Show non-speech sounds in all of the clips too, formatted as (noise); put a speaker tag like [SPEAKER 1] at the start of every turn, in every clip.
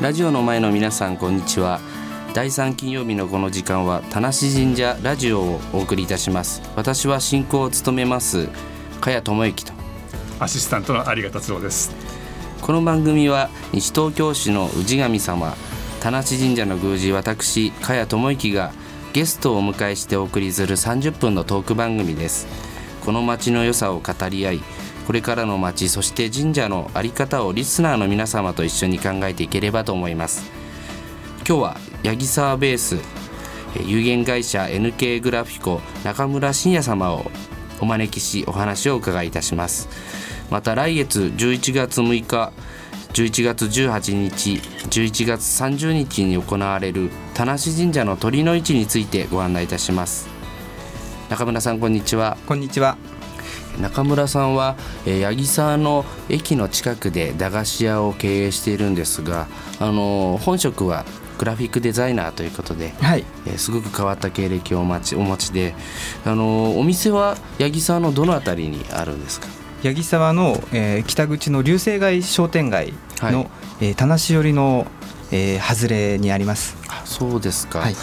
[SPEAKER 1] ラジオの前の皆さんこんにちは第3金曜日のこの時間は田無神社ラジオをお送りいたします私は進行を務めます茅智之と
[SPEAKER 2] アシスタントの有賀達郎です。
[SPEAKER 1] この番組は西東京市の氏神様田無神社の宮司私茅智之がゲストをお迎えしてお送りする30分のトーク番組ですこの町の良さを語り合いこれからの町そして神社の在り方をリスナーの皆様と一緒に考えていければと思います今日は八木沢ベースえー有限会社 NK グラフィコ中村信也様をお招きしお話をお伺いいたしますまた来月11月6日11月18日11月30日に行われる田無神社の鳥の市についてご案内いたします中村さんこんにちは
[SPEAKER 3] こんにちは。
[SPEAKER 1] 中村さんは、えー八木沢の駅の近くで駄菓子屋を経営しているんですが、あのー本職はグラフィックデザイナーということで、
[SPEAKER 3] はい。
[SPEAKER 1] えーすごく変わった経歴をお持ちお持ちで、あのーお店は八木沢のどのあたりにあるんですか
[SPEAKER 3] 八木沢の、えー北口の流星街商店街の、
[SPEAKER 1] はい
[SPEAKER 3] えー田無寄りの、えー外れにあります。
[SPEAKER 1] あそうですか、
[SPEAKER 3] はい。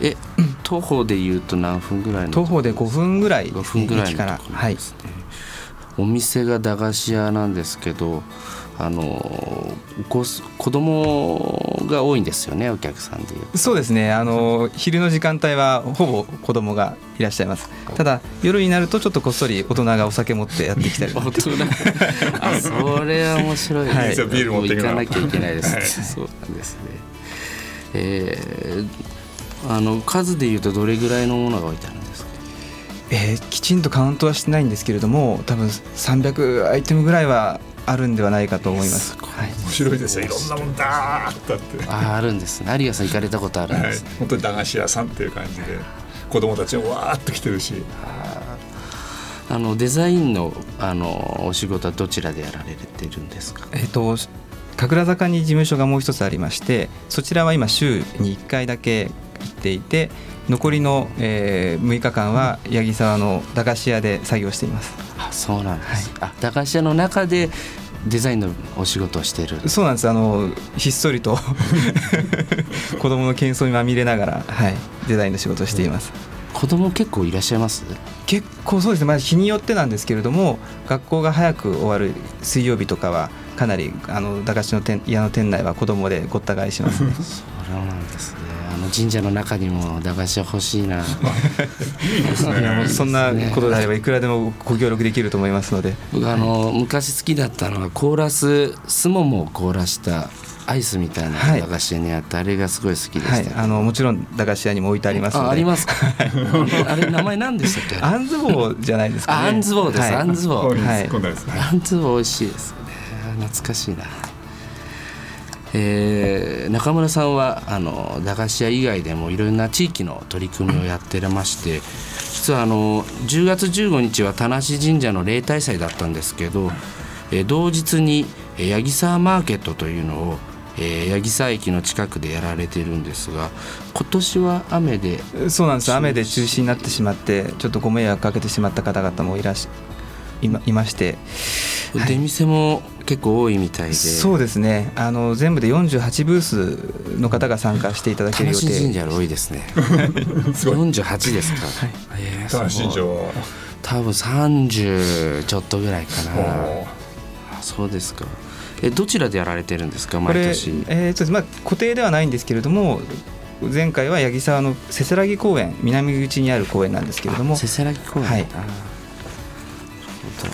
[SPEAKER 1] え (clears throat) 徒歩でいうと何分ぐらいの
[SPEAKER 3] 徒歩で5分ぐらいですね、
[SPEAKER 1] 5分ぐらいの
[SPEAKER 3] 駅から。
[SPEAKER 1] ところ
[SPEAKER 3] はい
[SPEAKER 1] で。すね、お店が駄菓子屋なんですけどあのご子供が多いんですよねお客さんでいう
[SPEAKER 3] そうですね。あの昼の時間帯はほぼ子供がいらっしゃいます。ただ夜になるとちょっとこっそり大人がお酒持ってやってきたり。
[SPEAKER 1] 大人 (laughs) あそれは面白いですね、
[SPEAKER 3] はい
[SPEAKER 2] 実はビール持
[SPEAKER 1] も
[SPEAKER 2] っ
[SPEAKER 1] う
[SPEAKER 2] てい
[SPEAKER 1] 行
[SPEAKER 2] かな
[SPEAKER 1] か
[SPEAKER 2] かっ
[SPEAKER 1] な
[SPEAKER 2] た
[SPEAKER 1] きゃいけないです、
[SPEAKER 2] は
[SPEAKER 1] (laughs)
[SPEAKER 2] い
[SPEAKER 1] そうなんですねえーあの数でいうとどれぐらいのものが置いてあるんですか
[SPEAKER 3] えーきちんとカウントはしてないんですけれども、多分300アイテムぐらいはあるんではないかと思います。はい。
[SPEAKER 2] 面白いですよ。いろんなもんだーっとあって。
[SPEAKER 1] あーあるんですね有賀さん行かれたことあるん
[SPEAKER 2] は
[SPEAKER 1] で
[SPEAKER 2] い
[SPEAKER 1] すね、。
[SPEAKER 2] 本当に駄菓子屋さんっていう感じで。子供たちもわーっと来てるし。
[SPEAKER 1] あのデザインのあのお仕事はどちらでやられてるんですか
[SPEAKER 3] えっと神楽坂に事務所がもう一つありましてそちらは今週に1回だけ行っていて残りの、え6日間は八木沢の駄菓子屋で作業しています
[SPEAKER 1] あそうなんです、あ駄菓子屋の中でデザインのお仕事をしてる
[SPEAKER 3] そうなんですあのひっそりと (laughs) 子供の喧騒にまみれながら、はい、デザインの仕事をしています
[SPEAKER 1] 子供結構いらっしゃいます
[SPEAKER 3] 結構そうですね、まあ、日によってなんですけれども学校が早く終わる水曜日とかはかなりあの駄菓子の店屋の店内は子供でごった返しますね
[SPEAKER 1] そうなんですねあの神社の中にも駄菓子屋欲しいな
[SPEAKER 3] そんなことであればいくらでもご協力できると思いますので
[SPEAKER 1] 僕あの昔好きだったのが凍らすすももを凍らしたアイスみたいな
[SPEAKER 3] はい
[SPEAKER 1] 駄菓子屋にあって、あれがすごい好きでした、
[SPEAKER 3] はい、あのもちろん駄菓子屋にも置いてありますので
[SPEAKER 1] あありますかあれ名前何でしたっけあ
[SPEAKER 3] あんず棒じゃないですか、
[SPEAKER 1] あ
[SPEAKER 3] ね、
[SPEAKER 1] んず棒です、
[SPEAKER 3] はい
[SPEAKER 1] あんず棒
[SPEAKER 2] こういう
[SPEAKER 3] はい
[SPEAKER 2] 今度はですね。
[SPEAKER 1] あんつぼ美味しいですね懐かしいなえー中村さんはあの駄菓子屋以外でもいろんな地域の取り組みをやってらまして実はあの10月15日は田無神社の例大祭だったんですけど、えー同日にえー八木沢マーケットというのを、えー八木沢駅の近くでやられてるんですが今年は雨で
[SPEAKER 3] そうなんです雨で中止になってしまってちょっとご迷惑かけてしまった方々もいらしいまいまして
[SPEAKER 1] 出店も結構多いみたいで、
[SPEAKER 3] そうですねあの全部で48ブースの方が参加していただけ
[SPEAKER 1] 田
[SPEAKER 3] る
[SPEAKER 1] 無
[SPEAKER 3] 予
[SPEAKER 1] 神
[SPEAKER 3] 定
[SPEAKER 1] 社より多いです
[SPEAKER 3] (laughs)
[SPEAKER 1] ね。
[SPEAKER 2] すごい。
[SPEAKER 1] 四十八ですか。えー
[SPEAKER 2] 田無
[SPEAKER 1] すご
[SPEAKER 2] 新
[SPEAKER 1] い
[SPEAKER 2] 庄は。
[SPEAKER 1] 多分三十ちょっとぐらいかな。
[SPEAKER 2] も
[SPEAKER 1] あそうですか。えどちらでやられてるんですか
[SPEAKER 3] こ
[SPEAKER 1] 毎
[SPEAKER 3] れ、え
[SPEAKER 1] 年。
[SPEAKER 3] ーとまあ、固定ではないんですけれども前回は八木沢のせせらぎ公園南口にある公園なんですけれども
[SPEAKER 1] せせらぎ公園。
[SPEAKER 3] はい
[SPEAKER 1] あーなるほど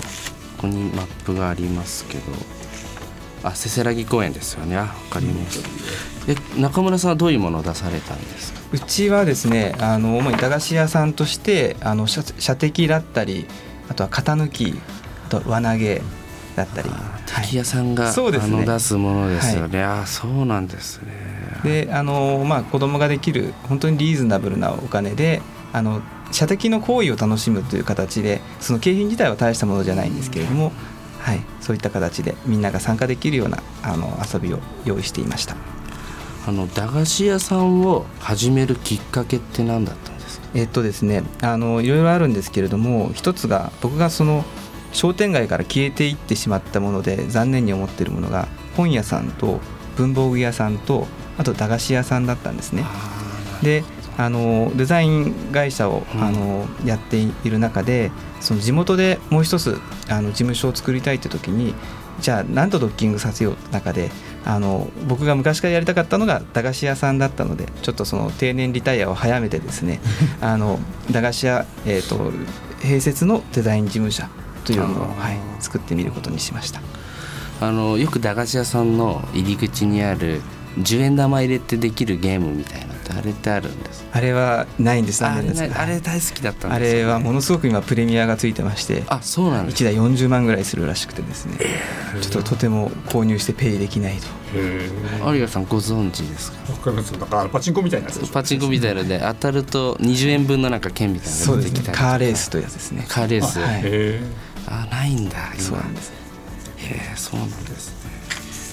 [SPEAKER 1] ここにマップがありますけど。あせせらぎ公園ですよね。あわかりました。え中村さんはどういうものを出されたんですか。
[SPEAKER 3] うちはですねあの主に駄菓子屋さんとしてあの射射的だったりあとは型抜きあとは輪投げだったり、はい
[SPEAKER 1] 木屋さんが、
[SPEAKER 3] そうで
[SPEAKER 1] あ
[SPEAKER 3] す
[SPEAKER 1] の
[SPEAKER 3] ね
[SPEAKER 1] 出すものですよね。あそうなんですね。
[SPEAKER 3] であの、まあ、子供ができる本当にリーズナブルなお金であの射的の行為を楽しむという形でその景品自体は大したものじゃないんですけれども、はい、そういった形でみんなが参加できるようなあの遊びを用意していました。
[SPEAKER 1] あの駄菓子屋さんを始めるきっかけって何だったんですか。
[SPEAKER 3] えっとですねあのいろいろあるんですけれども一つが僕がその商店街から消えていってしまったもので残念に思っているものが本屋さんと文房具屋さんとあと駄菓子屋さんだったんですね。
[SPEAKER 1] あー
[SPEAKER 3] であのデザイン会社を、
[SPEAKER 1] うん
[SPEAKER 3] あのやっている中でその地元でもう一つあの事務所を作りたいって時にじゃあ何とドッキングさせようって中であの僕が昔からやりたかったのが駄菓子屋さんだったのでちょっとその定年リタイアを早めてで
[SPEAKER 1] (laughs)
[SPEAKER 3] すねあの駄菓子屋、えー、と併設のデザイン事務所というのを、
[SPEAKER 1] あー
[SPEAKER 3] はい、作ってみることにしました。
[SPEAKER 1] あのよく駄菓子屋さんの入り口にある10円玉入れてできるゲームみたいなのってあれってあるんです
[SPEAKER 3] あれはないんです
[SPEAKER 1] あれ
[SPEAKER 3] 残念です
[SPEAKER 1] なあれ大好きだったん
[SPEAKER 3] あ
[SPEAKER 1] ですよね、
[SPEAKER 3] れはものすごく今プレミアがついてまして
[SPEAKER 1] あそうなんです
[SPEAKER 3] 1台40万ぐらいするらしくてですね、ちょっととても購入してペイできないと
[SPEAKER 2] え
[SPEAKER 1] 有賀さんご存知ですか
[SPEAKER 2] わかりますなんかあのパチンコみたいなやつでしょ
[SPEAKER 1] パチンコみたいなので当たると20円分のなんか券みたいな
[SPEAKER 3] そう
[SPEAKER 1] の
[SPEAKER 3] で
[SPEAKER 1] 出
[SPEAKER 3] す
[SPEAKER 1] てきた
[SPEAKER 3] ね
[SPEAKER 1] りとか
[SPEAKER 3] カーレースというやつですね
[SPEAKER 1] カーレース、
[SPEAKER 3] はい
[SPEAKER 2] へ
[SPEAKER 1] あないんだ今
[SPEAKER 3] そうなんです
[SPEAKER 1] へえそうなんですね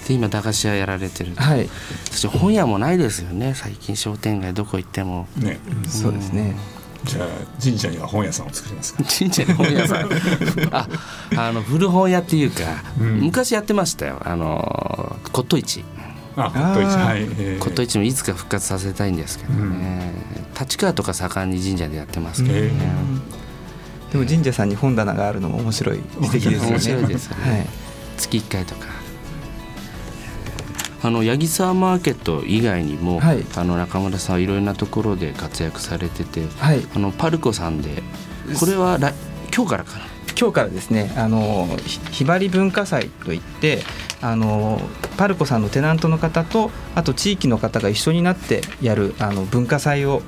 [SPEAKER 1] で今駄菓子屋やられてる、
[SPEAKER 3] はい
[SPEAKER 1] そして本屋もないですよね最近商店街どこ行っても
[SPEAKER 2] えね
[SPEAKER 3] そうですね
[SPEAKER 2] じゃあ神社には本屋さんを作りますか
[SPEAKER 1] 神社の本屋さん (laughs) ああの古本屋っていうか、
[SPEAKER 2] うん
[SPEAKER 1] 昔やってましたよあの骨董市
[SPEAKER 2] あ骨董市
[SPEAKER 3] あー
[SPEAKER 2] はいええ
[SPEAKER 1] 骨董市もいつか復活させたいんですけどね、立川とか盛んに神社でやってますけどね、
[SPEAKER 2] へ
[SPEAKER 3] でも神社さんに本棚があるのも面白い素敵ですよね
[SPEAKER 1] 面白いですよね
[SPEAKER 3] はい、
[SPEAKER 1] 月1回とかあの八木沢マーケット以外にも、
[SPEAKER 3] はい
[SPEAKER 1] あの中村さんはいろいろなところで活躍されてて
[SPEAKER 3] はい、
[SPEAKER 1] あのパルコさんでこれは来今日からかな
[SPEAKER 3] 今日からですねあのひひばり文化祭といってあのパルコさんのテナントの方とあと地域の方が一緒になってやるあの文化祭を、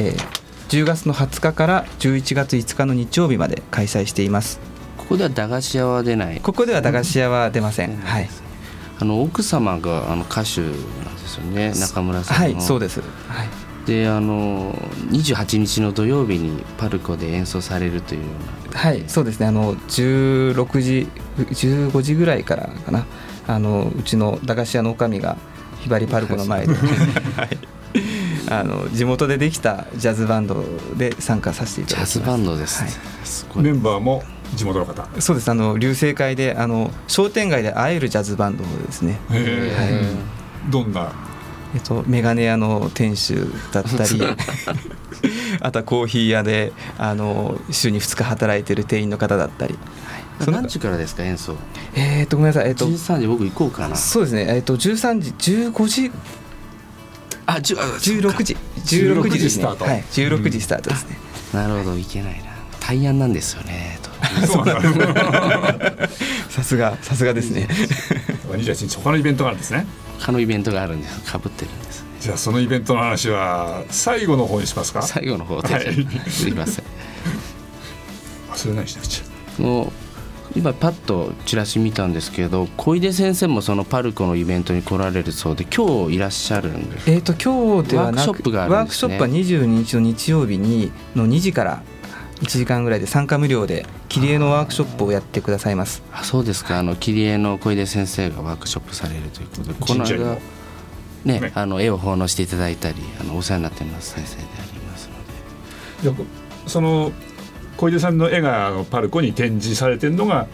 [SPEAKER 3] えー10月の20日から11月5日の日曜日まで開催しています
[SPEAKER 1] ここでは駄菓子屋は出ない
[SPEAKER 3] ここでは駄菓子屋は出ません、はい、
[SPEAKER 1] あの奥様があの歌手なんですよね中村さんの、
[SPEAKER 3] はい、そうです、はい、
[SPEAKER 1] であの28日の土曜日にパルコで演奏されるというような
[SPEAKER 3] はい、そうですね。あの16時15時ぐらいからかな。あのうちの駄菓子屋の女将がひばりパルコの前で、 (laughs) はいあの地元でできたジャズバンドで参加させてい
[SPEAKER 1] ジ
[SPEAKER 3] ただき
[SPEAKER 1] ャ
[SPEAKER 3] ます。
[SPEAKER 1] ズバンドです、ね
[SPEAKER 3] はい
[SPEAKER 1] すごい
[SPEAKER 2] メンバーも地元の方へ
[SPEAKER 3] そうです。あの流星会であの商店街で会えるジャズバンドですね。
[SPEAKER 2] え
[SPEAKER 1] はい
[SPEAKER 2] ど
[SPEAKER 1] (laughs)
[SPEAKER 2] んな
[SPEAKER 3] えっと、メガネ屋の店主だったり (laughs) あとはコーヒー屋であの週に2日働いてる店員の方だったり、はい、その
[SPEAKER 1] 何時からですか演奏
[SPEAKER 3] えーっとごめんなさい、えーっと、
[SPEAKER 1] 13時僕行こうかな
[SPEAKER 3] そうですね、えっ、と、十三時、十五時、
[SPEAKER 1] あじゅあ
[SPEAKER 3] 十六時、十
[SPEAKER 2] 16
[SPEAKER 3] 六時
[SPEAKER 2] 時
[SPEAKER 3] です
[SPEAKER 2] ス
[SPEAKER 3] ね。
[SPEAKER 2] タート
[SPEAKER 3] はい、十六時スタートですね。
[SPEAKER 1] なるほどいけないな大安なんですよね
[SPEAKER 3] (laughs)
[SPEAKER 1] と
[SPEAKER 2] そうなん (laughs) だ
[SPEAKER 3] さすが、さすがですね。
[SPEAKER 2] 28日他のイベントがあるんですね
[SPEAKER 1] 他のイベントがあるんですかぶってるんです
[SPEAKER 2] じゃあそのイベントの話は最後の方にしますか
[SPEAKER 1] 最後の方で、
[SPEAKER 2] はい
[SPEAKER 1] すいません
[SPEAKER 2] 忘れないしなくちゃ
[SPEAKER 1] もう今パッとチラシ見たんですけど小出先生もそのパルコのイベントに来られるそうで今日いらっしゃるんです
[SPEAKER 3] えっと、今日ではなく、
[SPEAKER 1] ワークショップがあるんですね
[SPEAKER 3] ワークショップは二十二日の日曜日に、の二時から。一時間ぐらいで参加無料で、切り絵のワークショップをやってくださいます。
[SPEAKER 1] あそうですかあの切り絵の小出先生がワークショップされるということでこの
[SPEAKER 2] 神社に
[SPEAKER 1] 間
[SPEAKER 2] も
[SPEAKER 1] ね
[SPEAKER 2] ね
[SPEAKER 1] あの絵を奉納していただいたりあのお世話になってます先生でありますので
[SPEAKER 2] よくその小出さんの絵があのパルコに展示されてるのが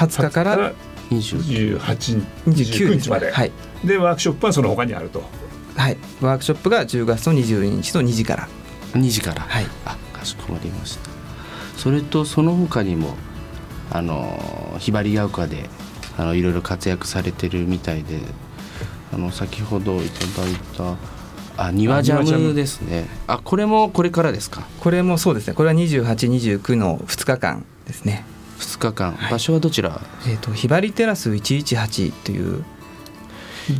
[SPEAKER 3] 二十日から
[SPEAKER 1] 20
[SPEAKER 2] 28
[SPEAKER 3] 二十九
[SPEAKER 2] ,29
[SPEAKER 3] 日
[SPEAKER 2] 日
[SPEAKER 3] ま
[SPEAKER 2] ま
[SPEAKER 3] で。
[SPEAKER 2] で、
[SPEAKER 3] はい。
[SPEAKER 2] でワークショップはその他にあると
[SPEAKER 3] はい、ワークショップが10月の22日の2時から、
[SPEAKER 1] 2時から、
[SPEAKER 3] はい
[SPEAKER 1] あかしこまりましたそれとその他にもあのひばりが丘であのいろいろ活躍されてるみたいであの先ほどいただいたあ庭ジャ
[SPEAKER 2] 庭ジャ
[SPEAKER 1] ム
[SPEAKER 2] ム
[SPEAKER 1] ですねあこれもこれからですか
[SPEAKER 3] これもそうですねこれは2829の2日間ですね
[SPEAKER 1] 2日間、場所はどちら
[SPEAKER 3] えっ、とひばりテラス118という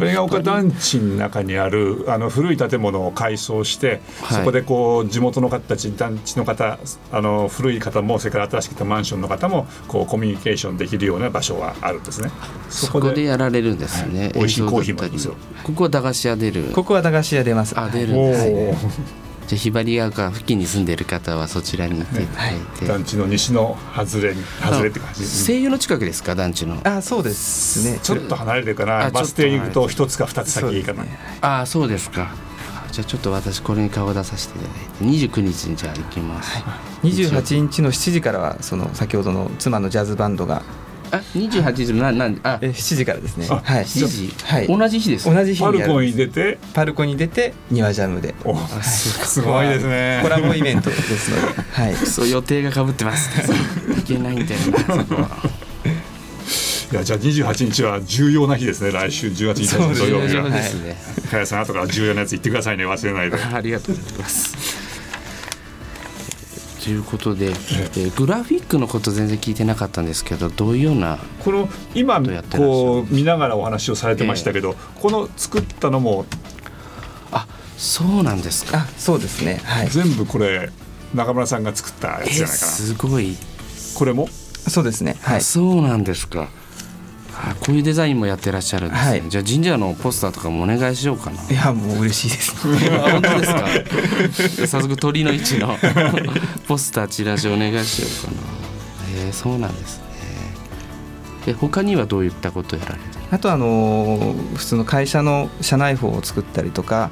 [SPEAKER 2] ベガ丘団地の中にあるあの古い建物を改装して、
[SPEAKER 1] はい
[SPEAKER 2] そこでこう地元の方たち団地の方あの古い方もそれから新しく来たマンションの方もこうコミュニケーションできるような場所はあるんですね。
[SPEAKER 1] そこでやられるんですね、
[SPEAKER 2] はい美味しい
[SPEAKER 1] 演奏
[SPEAKER 2] コーヒー
[SPEAKER 1] だったり
[SPEAKER 2] もありますよ
[SPEAKER 1] ここは駄菓子屋出る
[SPEAKER 3] ここは駄菓子屋出ます
[SPEAKER 1] あ出るん
[SPEAKER 2] お
[SPEAKER 1] ですね
[SPEAKER 2] ー
[SPEAKER 1] じゃあひばりが丘付近に住んでる方はそちらに行っていただいて、
[SPEAKER 2] 団地の西の外れに外れって感じです
[SPEAKER 1] 声優の近くですか団地の
[SPEAKER 3] あそうですね
[SPEAKER 2] ちょっと離れてるか
[SPEAKER 1] あ
[SPEAKER 2] なバス停に行くと
[SPEAKER 1] ちょ
[SPEAKER 2] 一つか二つ
[SPEAKER 3] そう
[SPEAKER 2] 先
[SPEAKER 3] で
[SPEAKER 2] か
[SPEAKER 3] す
[SPEAKER 2] な、
[SPEAKER 3] ね
[SPEAKER 1] ああそうですかあじゃあちょっと私これに顔を出させていただいて29日にじゃあ行きます、
[SPEAKER 3] 28日の7時からはその先ほどの妻のジャズバンドが
[SPEAKER 1] あ、二十八時のなんなんあ
[SPEAKER 3] え7時からですね
[SPEAKER 2] あ
[SPEAKER 3] はい
[SPEAKER 1] 7時、
[SPEAKER 3] はい
[SPEAKER 1] 同じ日です。
[SPEAKER 3] 同じ日
[SPEAKER 2] パ
[SPEAKER 3] に
[SPEAKER 2] ル
[SPEAKER 3] や
[SPEAKER 2] コ
[SPEAKER 3] る
[SPEAKER 2] に出て
[SPEAKER 3] パルコに出て庭ジャムで
[SPEAKER 2] お
[SPEAKER 1] あそうか
[SPEAKER 2] すごいですね
[SPEAKER 3] コラボイベントですので、はい、
[SPEAKER 1] そう予定が被ってます。いけないんだよな。そこはい
[SPEAKER 2] やじゃあ28日は重要な日ですね来週18日
[SPEAKER 3] そうです
[SPEAKER 2] 土曜
[SPEAKER 1] 重
[SPEAKER 2] 日
[SPEAKER 1] 要
[SPEAKER 2] が
[SPEAKER 1] ですね。
[SPEAKER 2] 加谷さん後から重要なやつ言ってくださいね忘れないで
[SPEAKER 1] ありがとうございます。ということで、えーグラフィックのこと全然聞いてなかったんですけど、どういうような
[SPEAKER 2] この今
[SPEAKER 1] どうやってらっしゃる
[SPEAKER 2] こう見ながらお話をされてましたけど、この作ったのも
[SPEAKER 1] あ、そうなんですか。
[SPEAKER 3] あそうですねはい
[SPEAKER 2] 全部これ中村さんが作ったや
[SPEAKER 1] え
[SPEAKER 2] つじゃ
[SPEAKER 1] ー
[SPEAKER 2] ないかな、
[SPEAKER 1] すごい。
[SPEAKER 2] これも
[SPEAKER 3] そうですねはい
[SPEAKER 1] そうなんですか。あこういうデザインもやってらっしゃるんですね。
[SPEAKER 3] はい
[SPEAKER 1] じゃあ神社のポスターとかもお願いしようかな。
[SPEAKER 3] いやもう嬉しいです、ね、
[SPEAKER 1] あ (laughs) 本当ですか (laughs) 早速鳥の位置の (laughs) ポスターチラシお願いしようかなえー、そうなんですねで他にはどういったことをやられる
[SPEAKER 3] あとあのー普通の会社の社内法を作ったりとか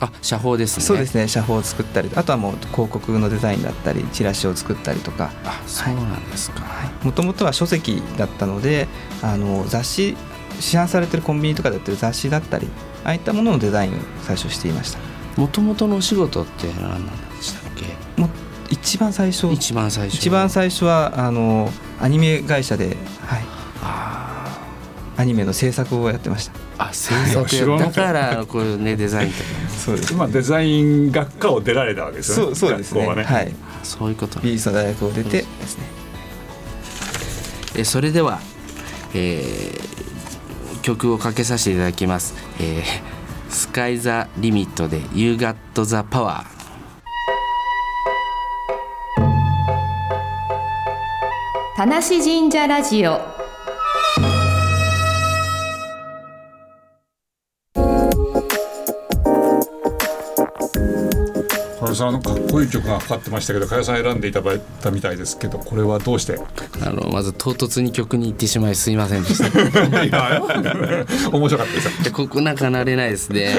[SPEAKER 1] あ社報ですね
[SPEAKER 3] そうですね社法を作ったりあとはもう広告のデザインだったりチラシを作ったりとか
[SPEAKER 1] あそうなんですか、
[SPEAKER 3] もともとは書籍だったのであの雑誌市販されてるコンビニとかで売ってる雑誌だったりああいったもののデザインを最初していました
[SPEAKER 1] もともとのお仕事って何なんでしたっけ
[SPEAKER 3] もう一番最初
[SPEAKER 1] 一番最初
[SPEAKER 3] 一番最初はあのアニメ会社で、はい、アニメの制作をやってました
[SPEAKER 1] あ制作
[SPEAKER 2] いや知ら
[SPEAKER 1] や
[SPEAKER 2] なか
[SPEAKER 1] だ
[SPEAKER 2] っ
[SPEAKER 1] からこういうねデザインとか
[SPEAKER 3] そうで
[SPEAKER 2] 今デザイン学科を出られたわけですよね
[SPEAKER 3] そうそうですね
[SPEAKER 2] 学校はね、
[SPEAKER 3] はい
[SPEAKER 1] そういうこと
[SPEAKER 3] 美術の大学を出てですね
[SPEAKER 1] えーそれでは、えー曲をかけさせていただきます、えースカイ・ザ・リミットで「You Got the Power」
[SPEAKER 4] 田無神社ラジオ
[SPEAKER 2] 加谷さんあのかっこいい曲がかかってましたけど加谷さん選んでいただいたみたいですけどこれはどうしてい
[SPEAKER 1] あのまず唐突に曲に行ってしまいすいませんでした (laughs)
[SPEAKER 2] や面白かったですよ
[SPEAKER 1] でここなんか慣れないです (laughs) ね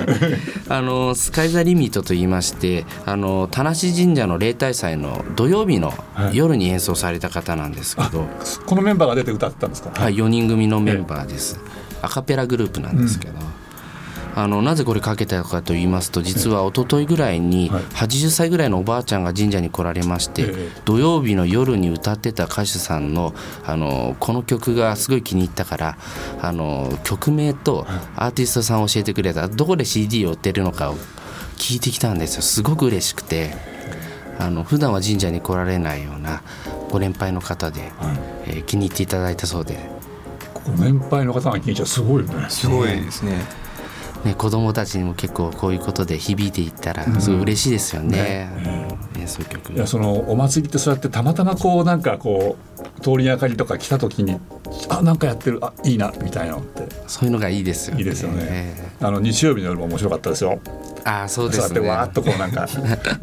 [SPEAKER 1] あのスカイ・ザ・リミットと言いましてあの田無神社の例大祭の土曜日の
[SPEAKER 2] はい
[SPEAKER 1] 夜に演奏された方なんですけど、
[SPEAKER 2] このメンバーが出て歌ったんですか、
[SPEAKER 1] はい、4人組のメンバーです、アカペラグループなんですけど、あのなぜこれかけたかと言いますと実は一昨日ぐらいに
[SPEAKER 2] はい
[SPEAKER 1] 80歳ぐらいのおばあちゃんが神社に来られまして、
[SPEAKER 2] ええ
[SPEAKER 1] 土曜日の夜に歌ってた歌手さんのあのこの曲がすごい気に入ったからあの曲名とアーティストさんを教えてくれたどこで CD を売ってるのかを聞いてきたんですよすごく嬉しくて。あの普段は神社に来られないようなご年配の方で、えー気に入っていただいたそうで、
[SPEAKER 2] ここ年配の方が聞いちゃうすごいよね
[SPEAKER 3] すごいですね
[SPEAKER 1] ね、子供たちにも結構こういうことで響いていったらすごい嬉しいですよね,、演奏曲
[SPEAKER 2] いやそのお祭りってそうやってたまたまこうなんかこう通り明かりとか来た時にあなんかやってるあいいなみたいなのって
[SPEAKER 1] そういうのがいいですよね
[SPEAKER 2] いいですよね
[SPEAKER 1] え
[SPEAKER 2] あの日曜日の夜も面白かったですよ
[SPEAKER 1] えああそうで
[SPEAKER 2] そうや
[SPEAKER 1] す
[SPEAKER 2] って
[SPEAKER 1] ね
[SPEAKER 2] わーっとこうなんか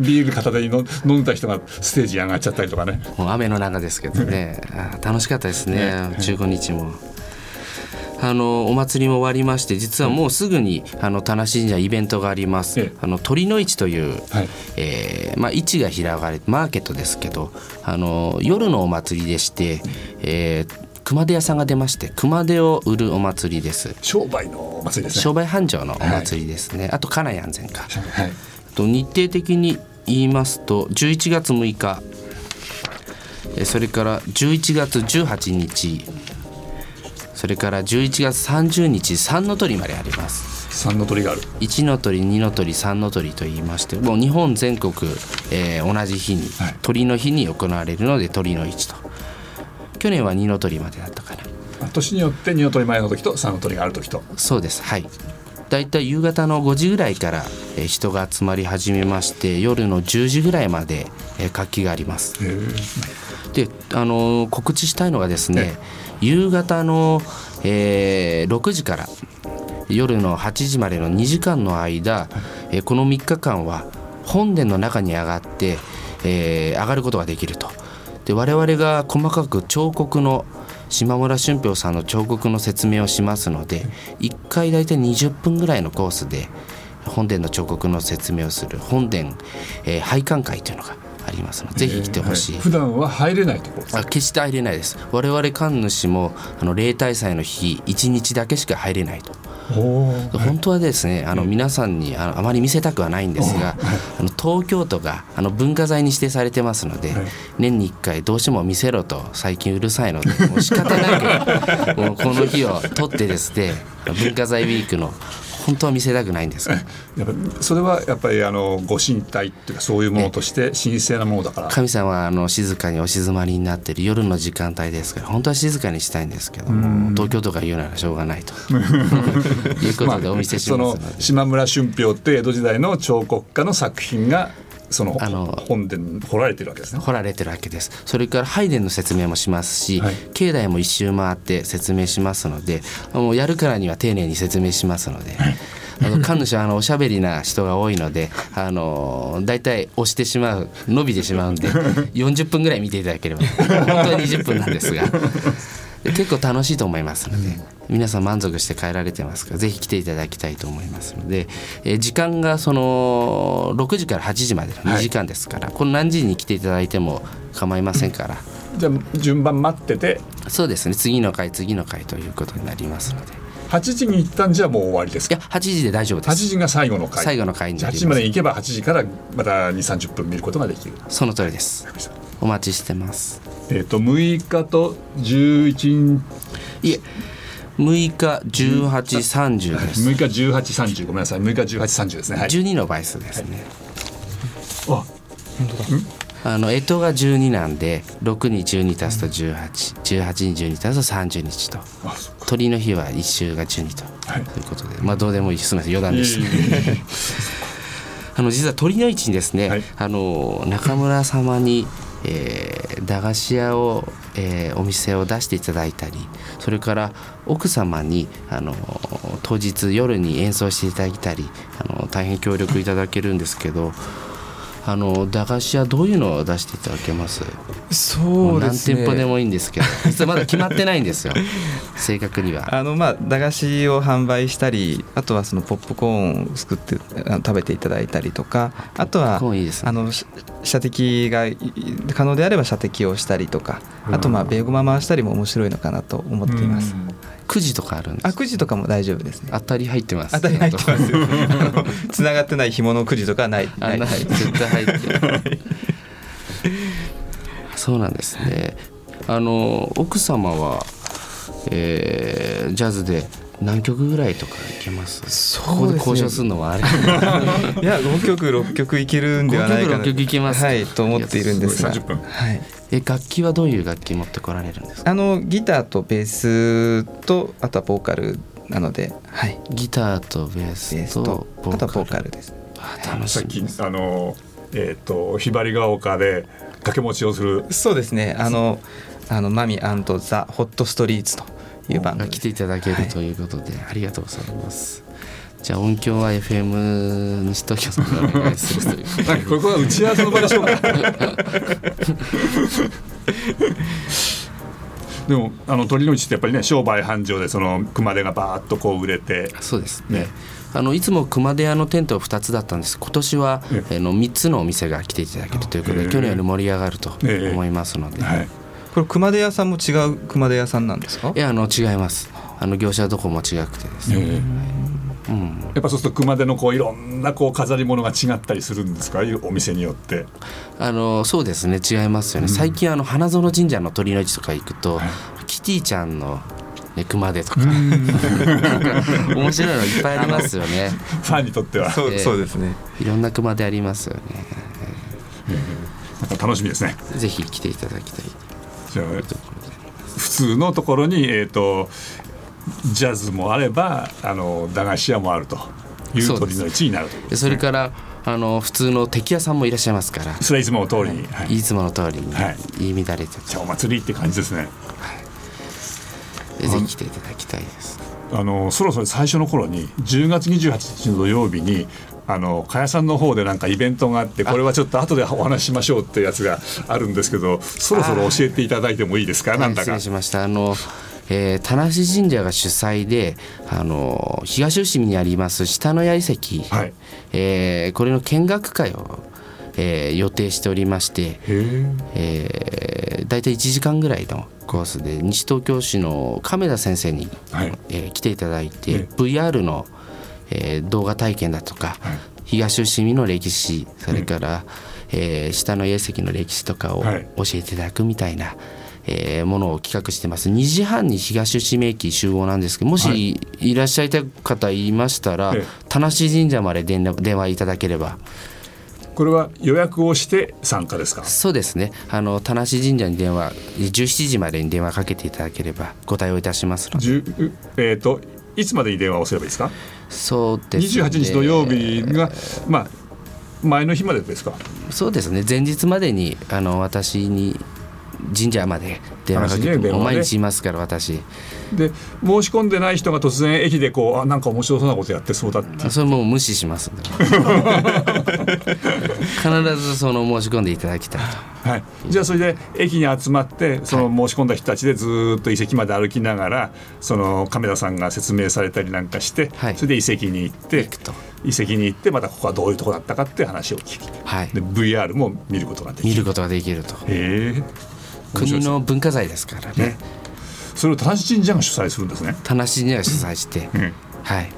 [SPEAKER 2] ビール片手にの飲んだ人がステージに上がっちゃったりとかね
[SPEAKER 1] もう雨の中ですけど
[SPEAKER 2] (laughs)
[SPEAKER 1] ねあー楽しかったですね15日も。あのお祭りも終わりまして実はもうすぐにあの田無神社イベントがあります、
[SPEAKER 2] ええ
[SPEAKER 1] あの鳥の市という、
[SPEAKER 2] はい
[SPEAKER 1] えーまあ、市が開かれマーケットですけどあの夜のお祭りでして、えー熊手屋さんが出まして熊手を売るお祭りです
[SPEAKER 2] 商売のお祭りです
[SPEAKER 1] 商
[SPEAKER 2] ね
[SPEAKER 1] 売繁盛のお祭りですね、あと家内安全か
[SPEAKER 2] はい
[SPEAKER 1] あと日程的に言いますと11月6日えーそれから11月18日それから11月30日三の鳥まであります
[SPEAKER 2] 三の鳥がある
[SPEAKER 1] 1の鳥2の鳥3の鳥と言いましてもう日本全国、えー同じ日に、
[SPEAKER 2] はい
[SPEAKER 1] 鳥の日に行われるので鳥の市と去年は2の鳥までだったかな
[SPEAKER 2] 年によって二の鳥前の時と三の鳥がある時と
[SPEAKER 1] そうですはいだいたい夕方の5時ぐらいからえー人が集まり始めまして夜の10時ぐらいまでえー活気がありますで、あのー告知したいのがですね夕方の、えー6時から夜の8時までの2時間の間、えーこの3日間は本殿の中に上がって、えー上がることができるとで我々が細かく彫刻の島村俊平さんの彫刻の説明をしますので1回大体20分ぐらいのコースで本殿の彫刻の説明をする本殿、えー拝観会というのがありますので、ぜひ来てほしい、
[SPEAKER 2] えーは普段は入れないところです
[SPEAKER 1] あ決して入れないです我々神主もあの例大祭の日1日だけしか入れないと
[SPEAKER 2] おー
[SPEAKER 1] 本当はですねあの皆さんにあのあまり見せたくはないんですがあの東京都があの文化財に指定されてますので
[SPEAKER 2] はい
[SPEAKER 1] 年に1回どうしても見せろと最近うるさいのでもう仕方な (laughs) くもうこの日を取ってですね文化財ウィークの本当は見せたくないんですが
[SPEAKER 2] やっぱそれはやっぱりあのご神体っていうかそういうものとして神聖なものだから
[SPEAKER 1] 神様はあの静かにお静まりになってる夜の時間帯ですから本当は静かにしたいんですけども東京都が言うならしょうがないということでお見せし
[SPEAKER 2] そ
[SPEAKER 1] ます
[SPEAKER 2] の
[SPEAKER 1] ので。
[SPEAKER 2] 島村春氷って江戸時代の彫刻家の作品がその
[SPEAKER 1] あの
[SPEAKER 2] 本殿に彫られてるわけですね。
[SPEAKER 1] 掘られてるわけですそれから拝殿の説明もしますし、
[SPEAKER 2] はい
[SPEAKER 1] 境内も一周回って説明しますのでもうやるからには丁寧に説明しますので。あの神主はあのおしゃべりな人が多いので、あのだいたい押してしまう伸びてしまうんで40分ぐらい見ていただければ本当は20分なんですがで結構楽しいと思いますので、皆さん満足して帰られてますからぜひ来ていただきたいと思いますので、えー時間がその6時から8時までの2時間ですから、この何時に来ていただいても構いませんから、
[SPEAKER 2] じゃあ順番待ってて
[SPEAKER 1] そうですね次の回次の回ということになりますので
[SPEAKER 2] 8時に行ったんじゃもう終わりです
[SPEAKER 1] い
[SPEAKER 2] か
[SPEAKER 1] や8時で大丈夫で
[SPEAKER 2] 8
[SPEAKER 1] す
[SPEAKER 2] 時が最後の回
[SPEAKER 1] 最後の回にな
[SPEAKER 2] 8
[SPEAKER 1] り
[SPEAKER 2] 時ま
[SPEAKER 1] ます
[SPEAKER 2] で行けば8時からまた2 3 0分見ることができる。
[SPEAKER 1] その通りですお待ちしてます
[SPEAKER 2] えっ、と6日と11日
[SPEAKER 1] いえ6日1830です
[SPEAKER 2] 6日1830ごめんなさい6日1830ですね。はい、
[SPEAKER 1] 12の倍数ですね、
[SPEAKER 2] あ
[SPEAKER 1] あの干支が12なんで6に12足すと1818に12足すと30日と
[SPEAKER 2] あそっか
[SPEAKER 1] 鳥の日は一周が12と
[SPEAKER 2] はい
[SPEAKER 1] ということでまあどうでもいいすみません余談
[SPEAKER 2] いえ
[SPEAKER 1] で
[SPEAKER 2] い
[SPEAKER 1] し
[SPEAKER 2] え
[SPEAKER 1] た。
[SPEAKER 2] いえいえ
[SPEAKER 1] あの実は鳥の市にですね、
[SPEAKER 2] はい
[SPEAKER 1] あの中村様に、えー駄菓子屋を、えーお店を出していただいたりそれから奥様にあの当日夜に演奏していただいたりあの大変協力いただけるんですけどあの駄菓子屋どういうのを出していただけますも
[SPEAKER 3] そううで
[SPEAKER 1] 何
[SPEAKER 3] すね
[SPEAKER 1] 店舗でもいいんですけど (laughs) 実はまだ決まってないんですよ正確には。
[SPEAKER 3] あのまあ駄菓子を販売したりあとはそのポップコーンを作ってあの食べていただいたりとかあとは
[SPEAKER 1] こういいです
[SPEAKER 3] あ
[SPEAKER 1] ね。
[SPEAKER 3] のし射的がい可能であれば射的をしたりとかあとまあベーゴマ回したりも面白いのかなと思っています
[SPEAKER 2] うん
[SPEAKER 1] くじとかあるんです
[SPEAKER 3] あくじとかも大丈夫ですね
[SPEAKER 1] 当たり入ってます
[SPEAKER 3] 当たり入ってますよつながってない紐のくじとかはない
[SPEAKER 1] あ
[SPEAKER 3] ない
[SPEAKER 1] な
[SPEAKER 3] です
[SPEAKER 1] い絶対入ってるそうなんですねあの奥様は、えージャズで何曲ぐらいとかいけますこ
[SPEAKER 3] そ
[SPEAKER 1] こ
[SPEAKER 3] う
[SPEAKER 1] で
[SPEAKER 3] ですね
[SPEAKER 1] 交渉するのはあれ
[SPEAKER 3] いや5曲6曲いけるんではないか
[SPEAKER 1] 5
[SPEAKER 3] な
[SPEAKER 1] 曲6曲いけますか
[SPEAKER 3] はいと思っているんですが
[SPEAKER 2] いやすごい30分
[SPEAKER 3] はい
[SPEAKER 1] え楽器はどういう楽器持ってこられるんですか
[SPEAKER 3] あのギターとベースとあとはボーカルなので、はい、
[SPEAKER 1] ギターとベース
[SPEAKER 3] ベース
[SPEAKER 1] と
[SPEAKER 3] と
[SPEAKER 1] ボ
[SPEAKER 3] あ
[SPEAKER 1] ー
[SPEAKER 3] とは
[SPEAKER 1] カ
[SPEAKER 3] ボ
[SPEAKER 1] ル
[SPEAKER 3] ーカルです。
[SPEAKER 1] あ楽
[SPEAKER 2] さっ
[SPEAKER 1] しみ
[SPEAKER 2] きあのえっ、とひばりが丘で掛け持ちをする
[SPEAKER 3] そうですね。あのあのマミザホットストリートというバン
[SPEAKER 1] が
[SPEAKER 3] ドで
[SPEAKER 1] 来
[SPEAKER 3] す
[SPEAKER 1] ていただけるということで、ありがとうございますじゃあ音響は FM 西東京さんにお願いするということで
[SPEAKER 2] なんかここは打ち合わせの場でしょうか。 (laughs) でもあの鳥の市ってやっぱりね商売繁盛でその熊手がバーッとこう売れて
[SPEAKER 1] (laughs) そうですね
[SPEAKER 2] ね
[SPEAKER 1] あのいつも熊手屋のテントは2つだったんです今年は、
[SPEAKER 2] え
[SPEAKER 1] えーの3つのお店が来ていただけるということ
[SPEAKER 2] へ
[SPEAKER 1] で
[SPEAKER 2] え
[SPEAKER 1] 去年より盛り上がると
[SPEAKER 2] ええ
[SPEAKER 1] 思いますので、、
[SPEAKER 2] はいい
[SPEAKER 3] これ熊手屋さんも違う熊手屋さんなんですか？
[SPEAKER 1] やあの違いますあの業者どこも違くてですね、うん、
[SPEAKER 2] やっぱそうすると熊手のこういろんなこう飾り物が違ったりするんですかいうお店によって
[SPEAKER 1] あのそうですね違いますよね、最近あの花園神社の鳥の市とか行くと、キティちゃんの、ね、熊手とか (laughs) 面白いのいっぱいありますよね
[SPEAKER 2] ファンにとっては
[SPEAKER 3] そう
[SPEAKER 1] ええ
[SPEAKER 3] そうですね。
[SPEAKER 1] いろんな熊手ありますよね
[SPEAKER 2] なんか楽しみですね
[SPEAKER 1] ぜひ来ていただきたい
[SPEAKER 2] じゃ
[SPEAKER 1] と
[SPEAKER 2] あ
[SPEAKER 1] ころで
[SPEAKER 2] 普通のところにえっ、とジャズもあればあの駄菓子屋もあるとい
[SPEAKER 1] そううで
[SPEAKER 2] 鳥
[SPEAKER 1] す
[SPEAKER 2] の市になるということ
[SPEAKER 1] で
[SPEAKER 2] です
[SPEAKER 1] そ
[SPEAKER 2] ね
[SPEAKER 1] れからあの普通の敵屋さんもいらっしゃいますから
[SPEAKER 2] それはいつもの通りに、はい
[SPEAKER 1] いつもの通りに
[SPEAKER 2] はい
[SPEAKER 1] 言い乱れてて、
[SPEAKER 2] じゃあお祭りって感じですね
[SPEAKER 1] ぜひ来ていただきたいです
[SPEAKER 2] あのそろそろ最初の頃に10月28日の土曜日にあの加谷さんの方でなんかイベントがあってこれはちょっと後でお話ししましょうってやつがあるんですけどそろそろ教えていただいてもいいですかなんだ
[SPEAKER 1] 失
[SPEAKER 2] か
[SPEAKER 1] 礼しましたあの、えー、田無神社が主催であの東伏見にあります下野谷遺跡、
[SPEAKER 2] はい
[SPEAKER 1] えーこれの見学会をえー予定しておりまして、
[SPEAKER 2] え
[SPEAKER 1] えー、大体1時間ぐらいのコースで西東京市の亀田先生に、
[SPEAKER 2] はい
[SPEAKER 1] えー来ていただいて、
[SPEAKER 2] ええ
[SPEAKER 1] VR の、えー動画体験だとか、
[SPEAKER 2] はい
[SPEAKER 1] 東伏見の歴史それから、えー下の栄石の歴史とかを
[SPEAKER 2] はい
[SPEAKER 1] 教えていただくみたいな、えーものを企画してます2時半に東伏見駅集合なんですけどもし、、
[SPEAKER 2] はい
[SPEAKER 1] らっしゃいた方いましたら、
[SPEAKER 2] ええ
[SPEAKER 1] 田無神社まで電話電話いただければ
[SPEAKER 2] これは予約をして参加ですか
[SPEAKER 1] そうですね。あの田無神社に電話、17時までに電話かけていただければご対応いたしますので。
[SPEAKER 2] じゅえっ、といつまでに電話をすればいいですか
[SPEAKER 1] そうですね。
[SPEAKER 2] 28日土曜日が、まあ前の日までですか
[SPEAKER 1] そうですね。前日までにあの私に神社まで電話かけ
[SPEAKER 2] 田無神社に
[SPEAKER 1] て
[SPEAKER 2] 電話
[SPEAKER 1] も
[SPEAKER 2] ね
[SPEAKER 1] 毎日いますから私。
[SPEAKER 2] で申し込んでない人が突然駅でこうあなんか面白そうなことやってそうだって
[SPEAKER 1] それもう無視します。
[SPEAKER 2] (laughs)
[SPEAKER 1] 必ずその申し込んでいただきたいと。
[SPEAKER 2] はい、じゃあそれで駅に集まってその申し込んだ人たちでずーっと遺跡まで歩きながらその亀田さんが説明されたりなんかして、
[SPEAKER 1] はい
[SPEAKER 2] それで遺跡に行って遺跡に行ってまたここはどういうとこだったかって話を聞く
[SPEAKER 1] はい
[SPEAKER 2] で。VR も見ることができ
[SPEAKER 1] 見
[SPEAKER 2] る
[SPEAKER 1] ることができると。
[SPEAKER 2] へえ
[SPEAKER 1] 国の文化財ですからね。
[SPEAKER 2] それを田無神社が主催するんですね、
[SPEAKER 1] 田無神社が主催して、
[SPEAKER 2] うん、
[SPEAKER 1] はい。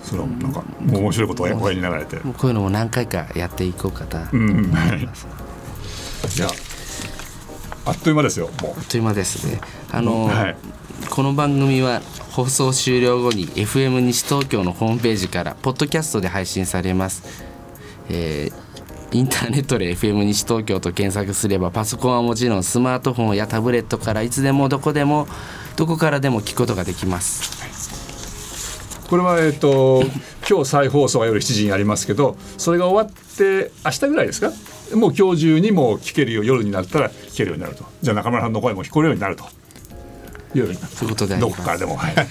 [SPEAKER 2] それはなんか面白いことをやりながらやって
[SPEAKER 1] もうこういうのも何回かやっていこうかな。
[SPEAKER 2] うんうんはいいやあっという間ですよも
[SPEAKER 1] あっという間ですね。あの、
[SPEAKER 2] うはい
[SPEAKER 1] この番組は放送終了後に FM 西東京のホームページからポッドキャストで配信されます。えーインターネットで FM 西東京と検索すればパソコンはもちろんスマートフォンやタブレットからいつでもどこでもどこからでも聞くことができます。
[SPEAKER 2] これはえっ、と今日再放送が夜7時にありますけどそれが終わって明日ぐらいですかもう今日中にもう聞けるよ夜になったら聞けるようになるとじゃあ中村さんの声も聞こえるようになると夜にな
[SPEAKER 1] ということであり
[SPEAKER 2] ど
[SPEAKER 1] ま
[SPEAKER 2] こ
[SPEAKER 1] す
[SPEAKER 2] からでもはい (laughs)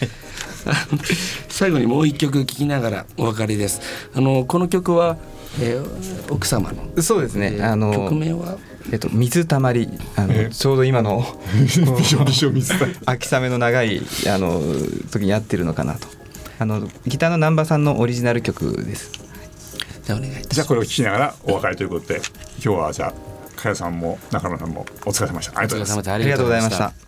[SPEAKER 1] 最後にもう一曲聴きながらお別れです。あのこの曲は、えー奥様の、
[SPEAKER 3] そうですね、あの
[SPEAKER 1] 曲名は
[SPEAKER 3] えっと、水たまりあのちょうど今 (laughs) の
[SPEAKER 2] びしょびしょ水た
[SPEAKER 3] 秋雨の長いあの時に合ってるのかなとあのギターの南波さんのオリジナル曲です
[SPEAKER 1] じゃあお願いいたします
[SPEAKER 2] じゃあこれを聞きながらお別れということで今日はじゃあ加谷さんも中村さんもお疲れ様でしたありがとうございます
[SPEAKER 1] で
[SPEAKER 3] ありがとうございました